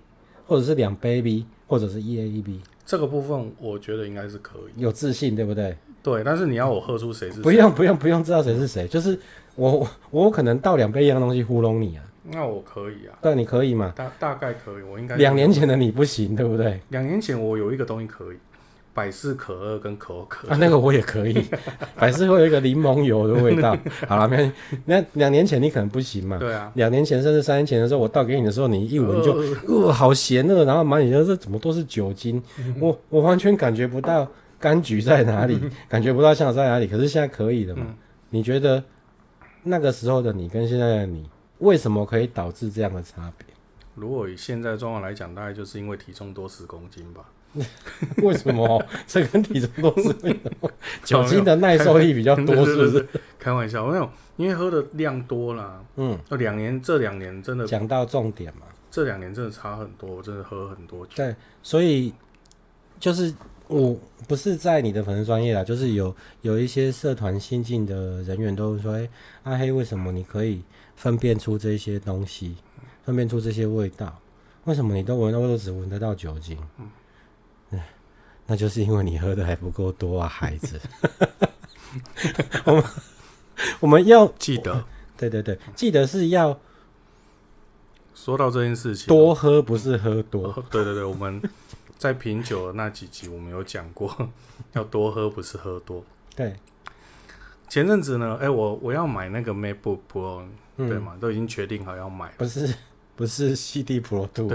或者是两杯 B，或者是一 A 一 B？
这个部分我觉得应该是可以。
有自信对不对？
对，但是你要我喝出谁是
不
谁，
用不用不用知道谁是谁，就是我我我可能倒两杯一样东西糊弄你啊，
那我可以啊，
但你可以吗？
大大概可以，我应该
两年前的你不行，对不对？
两年前我有一个东西可以，百事可乐跟可口可乐。
啊，那个我也
(laughs)
可以，百事会有一个柠檬油的味道。好了，没关系。那两年前你可能不行嘛，
对啊，
两年前甚至三年前的时候，我倒给你的时候，你一闻就，呃，好咸那个，然后满眼就是这怎么都是酒精，
嗯
我我完全感觉不到柑橘在哪里，感觉不到香草在哪里。可是现在可以了嘛？
嗯
你觉得那个时候的你跟现在的你，为什么可以导致这样的差别？ (laughs)
如果以现在状况来讲，大概就是因为体重多十公斤吧。
为什么这跟体重都是
(laughs)
那种酒精的耐受力比较多，是不
对对
是？
对 (laughs) 开玩笑，那种因为喝的量多啦，
嗯，
那两年这两年真的，
讲到重点嘛。
这两年真的差很多，我真的喝很多酒。
对，所以就是我不是在你的粉丝专业啦，啊就是有有一些社团新进的人员都会说，哎、阿黑为什么你可以分辨出这些东西，分辨出这些味道？为什么你都闻到，都只闻得到酒精？嗯，那就是因为你喝的还不够多啊，孩子。 (laughs) 我们我们要
记得
对对对，记得是要
说到这件事情，啊
多喝，不是喝多。
哦对对对，我们在品酒的那几集我们有讲过， (laughs) 要多喝不是喝多。
对，
前阵子呢，哎、我我要买那个 MacBook Pro，、
嗯
对嘛，都已经决定好要买，
不是不是 CD Pro Two，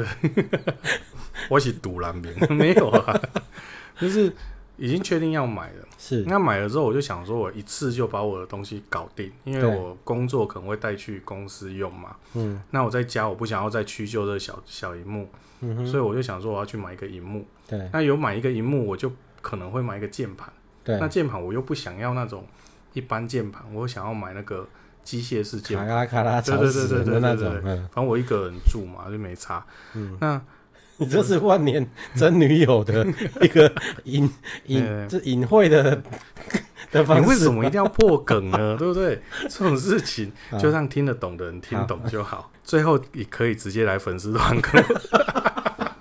我一起赌蓝边 (laughs) 没有啊， (laughs) 就是已经确定要买了。
是
那买了之后，我就想说，我一次就把我的东西搞定，因为
对
我工作可能会带去公司用嘛。
嗯
那我在家我不想要再屈就这小小荧幕，
嗯哼，
所以我就想说我要去买一个荧幕。
对
那有买一个荧幕，我就可能会买一个键盘。
对，
那键盘我又不想要那种一般键盘，我想要买那个机械式键
卡
盘。
拉卡拉吵死人的那种
对对对对对，
嗯，
反正我一个人住嘛，就没差。
嗯 (laughs)
那
你这是万年真女友
(laughs)
的一个隐
呃
隐这隐
(laughs)
晦的的方
你为
式
什，么一定要破梗呢？ (laughs) 对不对？这种事情
(laughs) 啊
就让听得懂的人听懂就好。最后也可以直接来粉丝团跟我。 (laughs)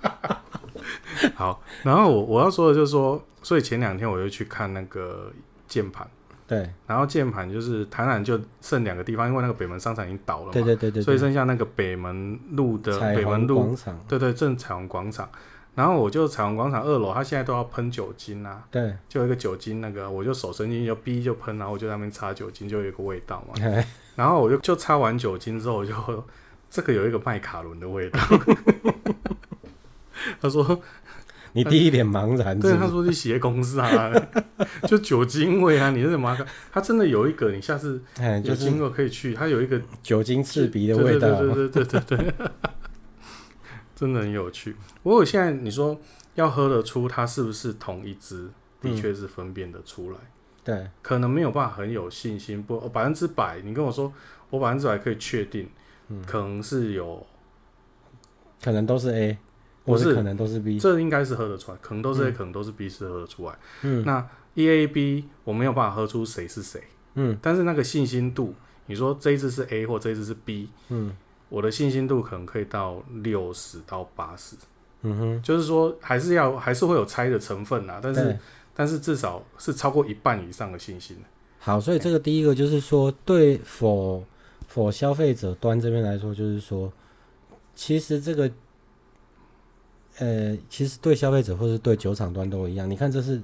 好，然后我我要说的就是说，所以前两天我就去看那个键盘，
对
然后键盘就是台南就剩两个地方，因为那个北门商场已经倒了嘛，
对对对对，
所以
对
剩下那个北门路的
彩
北门
虹
路
广场，
对对，正彩虹广场。然后我就彩虹广场二楼，它现在都要喷酒精啊，
对，
就有一个酒精那个，我就手伸进去就逼就喷，然后我就在那边擦酒精，就有一个味道
(laughs)
嘛。
哎
然后我就就擦完酒精之后，我就这个有一个麦卡伦的味道。 (laughs) 他说
你第一脸茫：“然
对，
是不
他
是，
说去鞋公司啊， (laughs) 就酒精味啊，你这麻烦。”他真的有一个，你下次
哎，
有
就是
经过可以去，他有一个
酒精刺鼻的味道，
对对对对对对对，真的很有趣。不过我现在你说要喝得出它是不是同一支，的确是分辨得出来，
对
可能没有办法很有信心，不百分之百。你跟我说我百分之百可以确定，可能是有，
可能都是 A，
不
或
是
者可能都是 B，
这应该是喝得出来，可能都是 A，、可能都是 B 是喝得出来。
嗯
那 E A B 我没有办法喝出谁是谁，
嗯
但是那个信心度，你说这一支是 A 或这一支是 B，
嗯
我的信心度可能可以到六十到八十。
嗯哼，
就是说还是要还是会有猜的成分啦，但是
对。
但是至少是超过一半以上的信心。
好，所以这个第一个就是说，对否否消费者端这边来说，就是说，其实这个，呃，其实对消费者或是对酒厂端都一样。你看，这是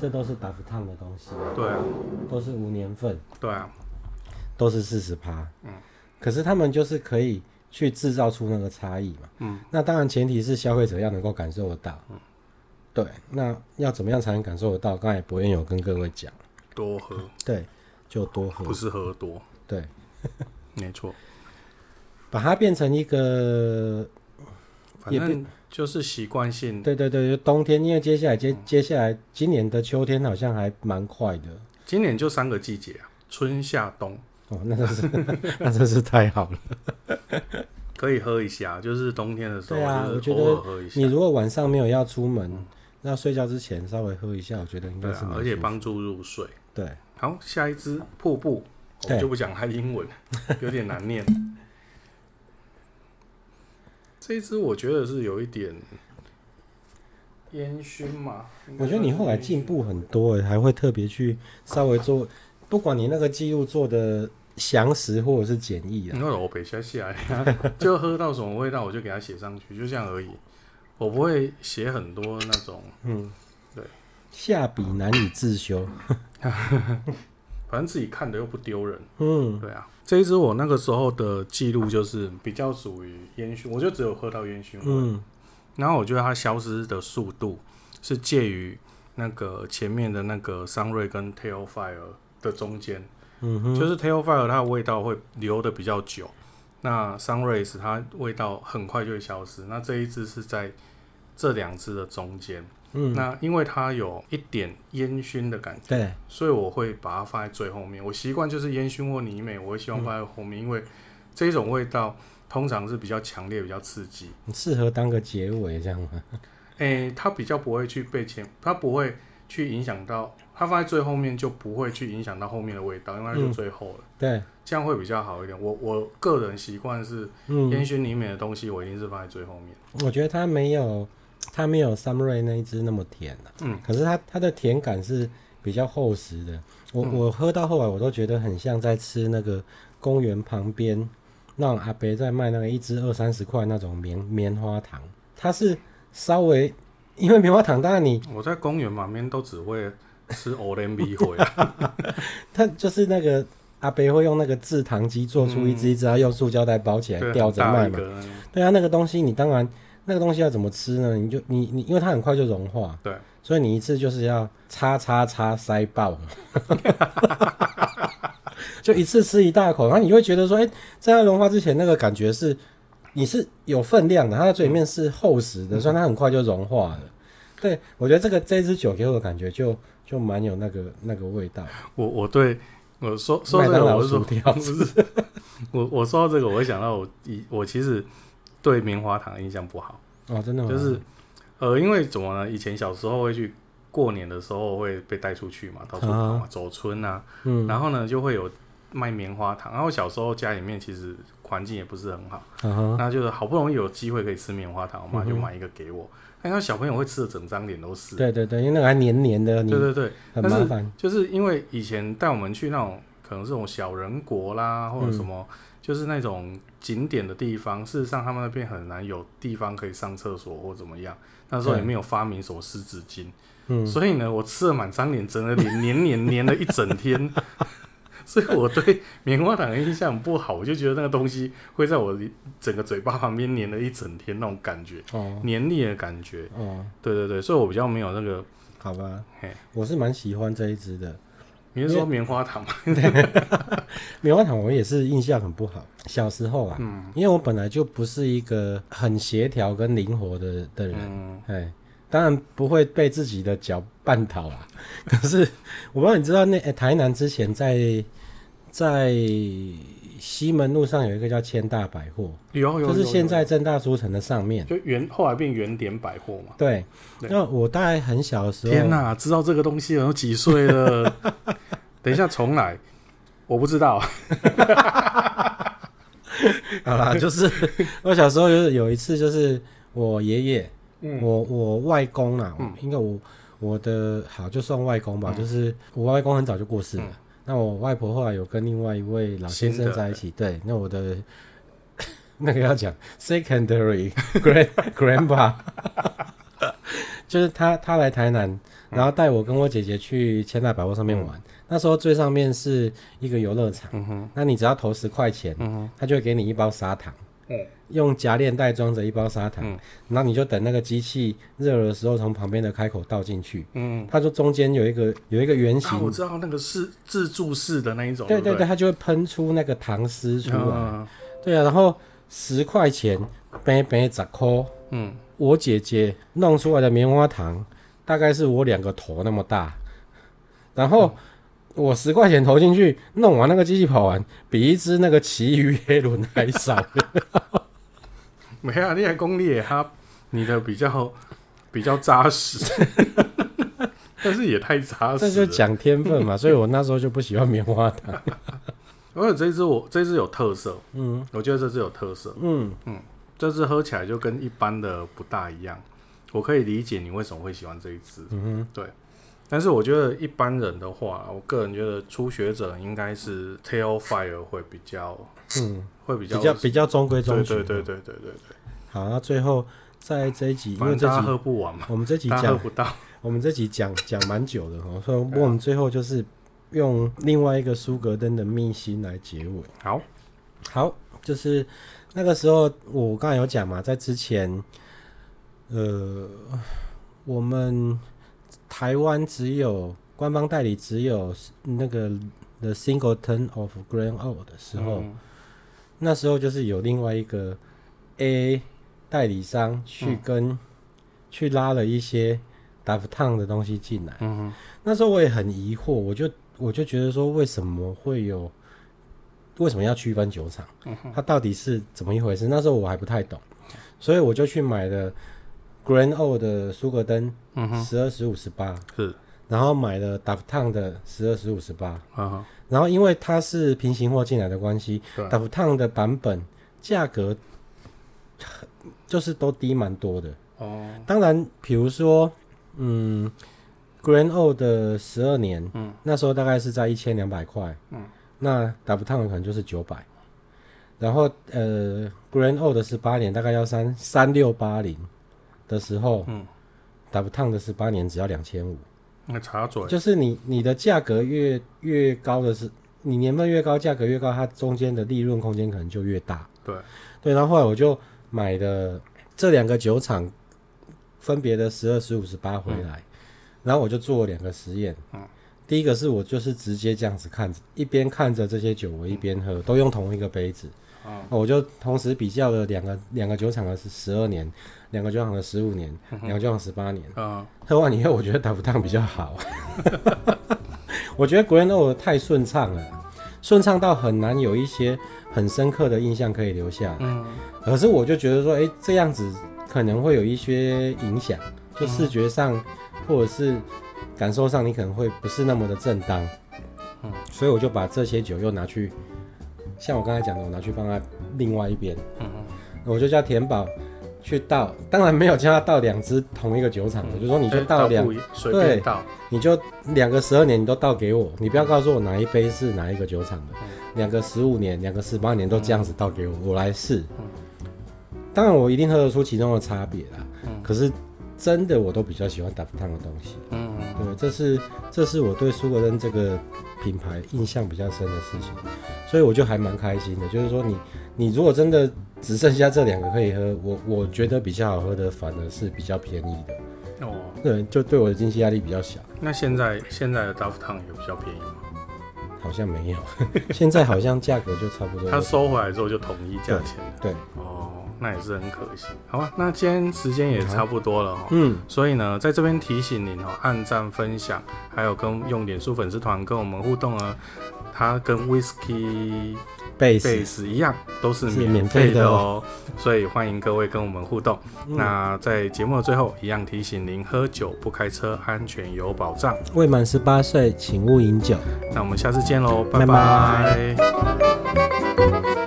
这都是打不烫的东西，
对啊，
都是无年份，
对啊，
都是四十趴。嗯，可是他们就是可以去制造出那个差异嘛。
嗯，
那当然前提是消费者要能够感受得到。嗯，对，那要怎么样才能感受得到？刚才博彦有跟各位讲，
多喝
对，就多喝
不，是喝多，
对。
没错。
把它变成一个，
反
也不
正就是习惯性，
对对对，就冬天，因为接下来接接下来今年的秋天好像还蛮快的
今年就三个季节啊，春夏冬。
(laughs)
(laughs)
哦，那真是那真是太好了。
可以喝一下，就是冬天的时候，
对啊
就是
我觉得
偶尔喝一下
你，如果晚上没有要出门，那睡觉之前稍微喝一下，我觉得应该
嗯对
是
啊，
蛮
而且
舒服
帮助入睡。
对
好，下一支瀑布，哦我
对
就不讲它英
(laughs)
文，有点难念。这一支我觉得是有一点烟熏嘛。
我觉得你后来进步很多诶，还会特别去稍微做，不管你那个记录做的详实或者是简易啊，
你看我北下下来，啊就喝到什么味道我就给它写上去，就这样而已。我不会写很多那种，
下笔难以自修。
反正自己看的又不丢人。
嗯，
对啊，这一支我那个时候的记录就是比较属于烟熏，我就只有喝到烟熏味。
嗯，
然后我觉得它消失的速度是介于那个前面的那个桑瑞跟 Tail Fire 的中间，
嗯哼，
就是 Tail Fire 它的味道会留的比较久，那桑瑞是它味道很快就会消失。那这一支是在这两支的中间，
嗯，
那因为它有一点烟熏的感觉，
对，
所以我会把它放在最后面。我习惯就是烟熏或泥美，我会希望放在后面，因为这种味道通常是比较强烈、比较刺激。
很适合当个结尾这样吗？
诶、它比较不会去被前，它不会去影响到，它放在最后面就不会去影响到后面的味道，因为它就
嗯
最后了，
对，
这样会比较好一点。我我个人习惯是
嗯，
烟熏里面的东西，我一定是放在最后面。
我觉得它没有它没有 Sunray 那一支那么甜啊，
嗯，
可是它它的甜感是比较厚实的。我、
嗯
我喝到后来，我都觉得很像在吃那个公园旁边那种阿伯在卖那个一支二三十块那种棉棉花糖，它是稍微因为棉花糖，当然你
我在公园旁边都只会吃 o l a n b 回
(laughs)
来，
它就是那个阿伯会用那个制糖机做出一支一支，然后用塑胶袋包起来
嗯对，
吊
很
着
大
卖
一
嘛。
个，
对啊，那个东西你当然那个东西要怎么吃呢？你就你你，因为它很快就融化，
对，
所以你一次就是要叉叉叉塞爆， (laughs) 就一次吃一大口，然后你会觉得说，哎、在它融化之前那个感觉是你是有分量的，它的嘴里面是厚实
嗯
的，所以它很快就融化了。对，我觉得这个这支酒给我的感觉就就蛮有那个那个味道，
我我对我说说
麦
这
当
个，
劳
我是说
薯
(laughs)
条
不是，我我说到这个，我会想到我以我其实对棉花糖印象不好。
哦，真的吗？
就是呃，因为怎么呢？以前小时候会去过年的时候会被带出去嘛，到处跑嘛，走村啊，
嗯，
然后呢就会有卖棉花糖。然后小时候家里面其实环境也不是很好，
嗯哼，
那就是好不容易有机会可以吃棉花糖，我妈就买一个给我。哎那、小朋友会吃的整张脸都是，
对对对，因为那个还黏黏的，你
对对对，
很
但是
麻烦，
就是因为以前带我们去那种可能这种小人国啦，或者什
嗯
么，就是那种景点的地方，事实上他们那边很难有地方可以上厕所或怎么样。那时候也
对
没有发明手湿纸巾，
嗯，
所以呢，我吃了满张脸，整个脸黏黏黏了一整天。 (laughs) 所以我对棉花糖的印象不好，我就觉得那个东西会在我整个嘴巴旁边黏了一整天那种感觉，
哦
黏腻的感觉。
哦，
对对对，所以我比较没有那个，
好吧
嘿，
我是蛮喜欢这一支的。
你是说棉花糖吗？
棉花糖我也是印象很不好，小时候啊，
嗯
因为我本来就不是一个很协调跟灵活的的人，
嗯，
哎，当然不会被自己的脚绊倒啊。 (laughs) 可是我不知道你知道那、哎台南之前在在西门路上有一个叫千大百货，
有有有，
就是现
有
在正大书城的上面。
就原后来变原点百货嘛。
对，
对
那我大概很小的时候，
天哪、知道这个东西了，都几岁
(laughs)
了？等一下重来，我不知道。
(laughs)
(laughs)
好啦，就是我小时候就是有一次，就是我爷爷，
嗯
我我外公啊，
嗯
应该我我的好就算外公吧，就是我外公很早就过世了。那我外婆后来有跟另外一位老先
嗯新
生
的
在一起，对，那我的 (laughs) 那个要讲 secondary (laughs) grand grandpa，就是他他来台南，
嗯
然后带我跟我姐姐去千代百货上面玩。那时候最上面是一个游乐场，
嗯哼，
那你只要投十块钱，
嗯哼，
他就会给你一包砂糖，
嗯
用夹链袋装着一包砂糖，
嗯
然后你就等那个机器热了的时候，从旁边的开口倒进去，
嗯。
它就中间有一个有一个圆形，
(laughs) 啊，我知道那个是自助式的那一种，
对
对
对，它就会喷出那个糖丝出来。
嗯
对啊，然后十块钱，白白十块，
嗯，
我姐姐弄出来的棉花糖大概是我两个头那么大，然后。我十块钱投
(laughs)
进去，弄完那个机器跑完，比一只那个奇鱼黑轮还少。
没啊，你的功力也哈，你的比较比较扎实， (laughs) 但是也太扎
这
实
就
了。
讲天分
(laughs)
嘛，所以我那时候就不喜欢棉花糖。
而且这支我这支有特色，
嗯
我觉得这支有特色，
嗯，
这支喝起来就跟一般的不大一样。我可以理解你为什么会喜欢这一支，
嗯
但是我觉得一般人的话，我个人觉得初学者应该是 Tail Fire 会比较
哼嗯，
会比
比
较
较比较中规中啊
对
矩。
对对对对对对，
好，那最后在这一集，因
反
为
正
这
大家
集
喝不完嘛，
我们这集
大家喝
讲
不到，
我们这集讲讲蛮久的哦，所
对
以
啊
我们最后就是用另外一个苏格登的秘辛来结尾。
好，
(laughs) 好，就是那个时候我刚才有讲嘛，在之前，呃，我们台湾只有官方代理只有那个 The Singleton of Grand O 的时候，
嗯
那时候就是有另外一个 A 代理商去
嗯
跟、去拉了一些达芙烫的东西进来。
嗯哼。
那时候我也很疑惑，我就我就觉得说，为什么会有为什么要区分酒厂？
嗯
它到底是怎么一回事？那时候我还不太懂，所以我就去买了 Grand O 的苏格登
嗯哼，
十二十五十八，
是，
然后买了达芙烫的十二十五十八，
嗯哼，
然后因为它是平行货进来的关系，
对
达芙烫的版本价格很就是都低蛮多的。
哦，
当然，比如说，嗯，Grand O 的十二年，
嗯，
那时候大概是在一千两百块，
嗯，
那打不烫的可能就是九百，然后呃，Grand O 的十八年大概要三三六八零的时候，
嗯，
打不烫的十八年只要两千五，
那茶嘴，
就是你你的价格越越高的是，你年份越高，价格越高，它中间的利润空间可能就越大。
对，
对，然后后来我就买的这两个酒厂分别的十二、十五、十八回来，然后我就做了两个实验。
嗯
第一个是我就是直接这样子看着，一边看着这些酒，我一边喝，都用同一个杯子。
哦
我就同时比较了两个两个酒厂的是十二年，两个酒厂的十五年，两个酒厂十八年。
嗯，
喝完以后，我觉得打不烫比较好。我觉得 Grand o 太顺畅了，顺畅到很难有一些很深刻的印象可以留下来。
嗯
可是我就觉得说，哎、这样子可能会有一些影响，就视觉上、
嗯
或者是感受上，你可能会不是那么的正当。
嗯
所以我就把这些酒又拿去，像我刚才讲的，我拿去放在另外一边。
嗯
我就叫田宝去倒，当然没有叫他倒两支同一个酒厂，我就说你就
哎
倒两
不，一随便
对
倒，
你就两个十二年你都倒给我，你不要告诉我哪一杯是哪一个酒厂的
嗯，
两个十五年、两个十八年都这样子倒给我，我来试
嗯。
当然我一定喝得出其中的差别啦
嗯，
可是真的我都比较喜欢打不烫的东西。
嗯，
对，这是这是我对苏格登这个品牌印象比较深的事情，所以我就还蛮开心的。就是说你，你如果真的只剩下这两个可以喝，我我觉得比较好喝的反而是比较便宜的，
哦，
对，就对我的经济压力比较小。
那现在现在的大福汤也比较便宜嘛，
好像没有， (laughs) 现在好像价格就差不多
他
了。
收回来之后就统一价钱了，
对，
哦，那也是很可惜，好吧，那今天时间也差不多了哦。
嗯，
所以呢，在这边提醒您哦，按赞、分享，还有跟用脸书粉丝团跟我们互动呢，它跟 Whisky
贝斯
贝，斯一样都是
是
免
免
费
费
的
的
哦，所以欢迎各位跟我们互动。
嗯
那在节目的最后，一样提醒您：喝酒不开车，安全有保障。
未满十八岁请勿饮酒。
那我们下次见喽，拜
拜
拜
拜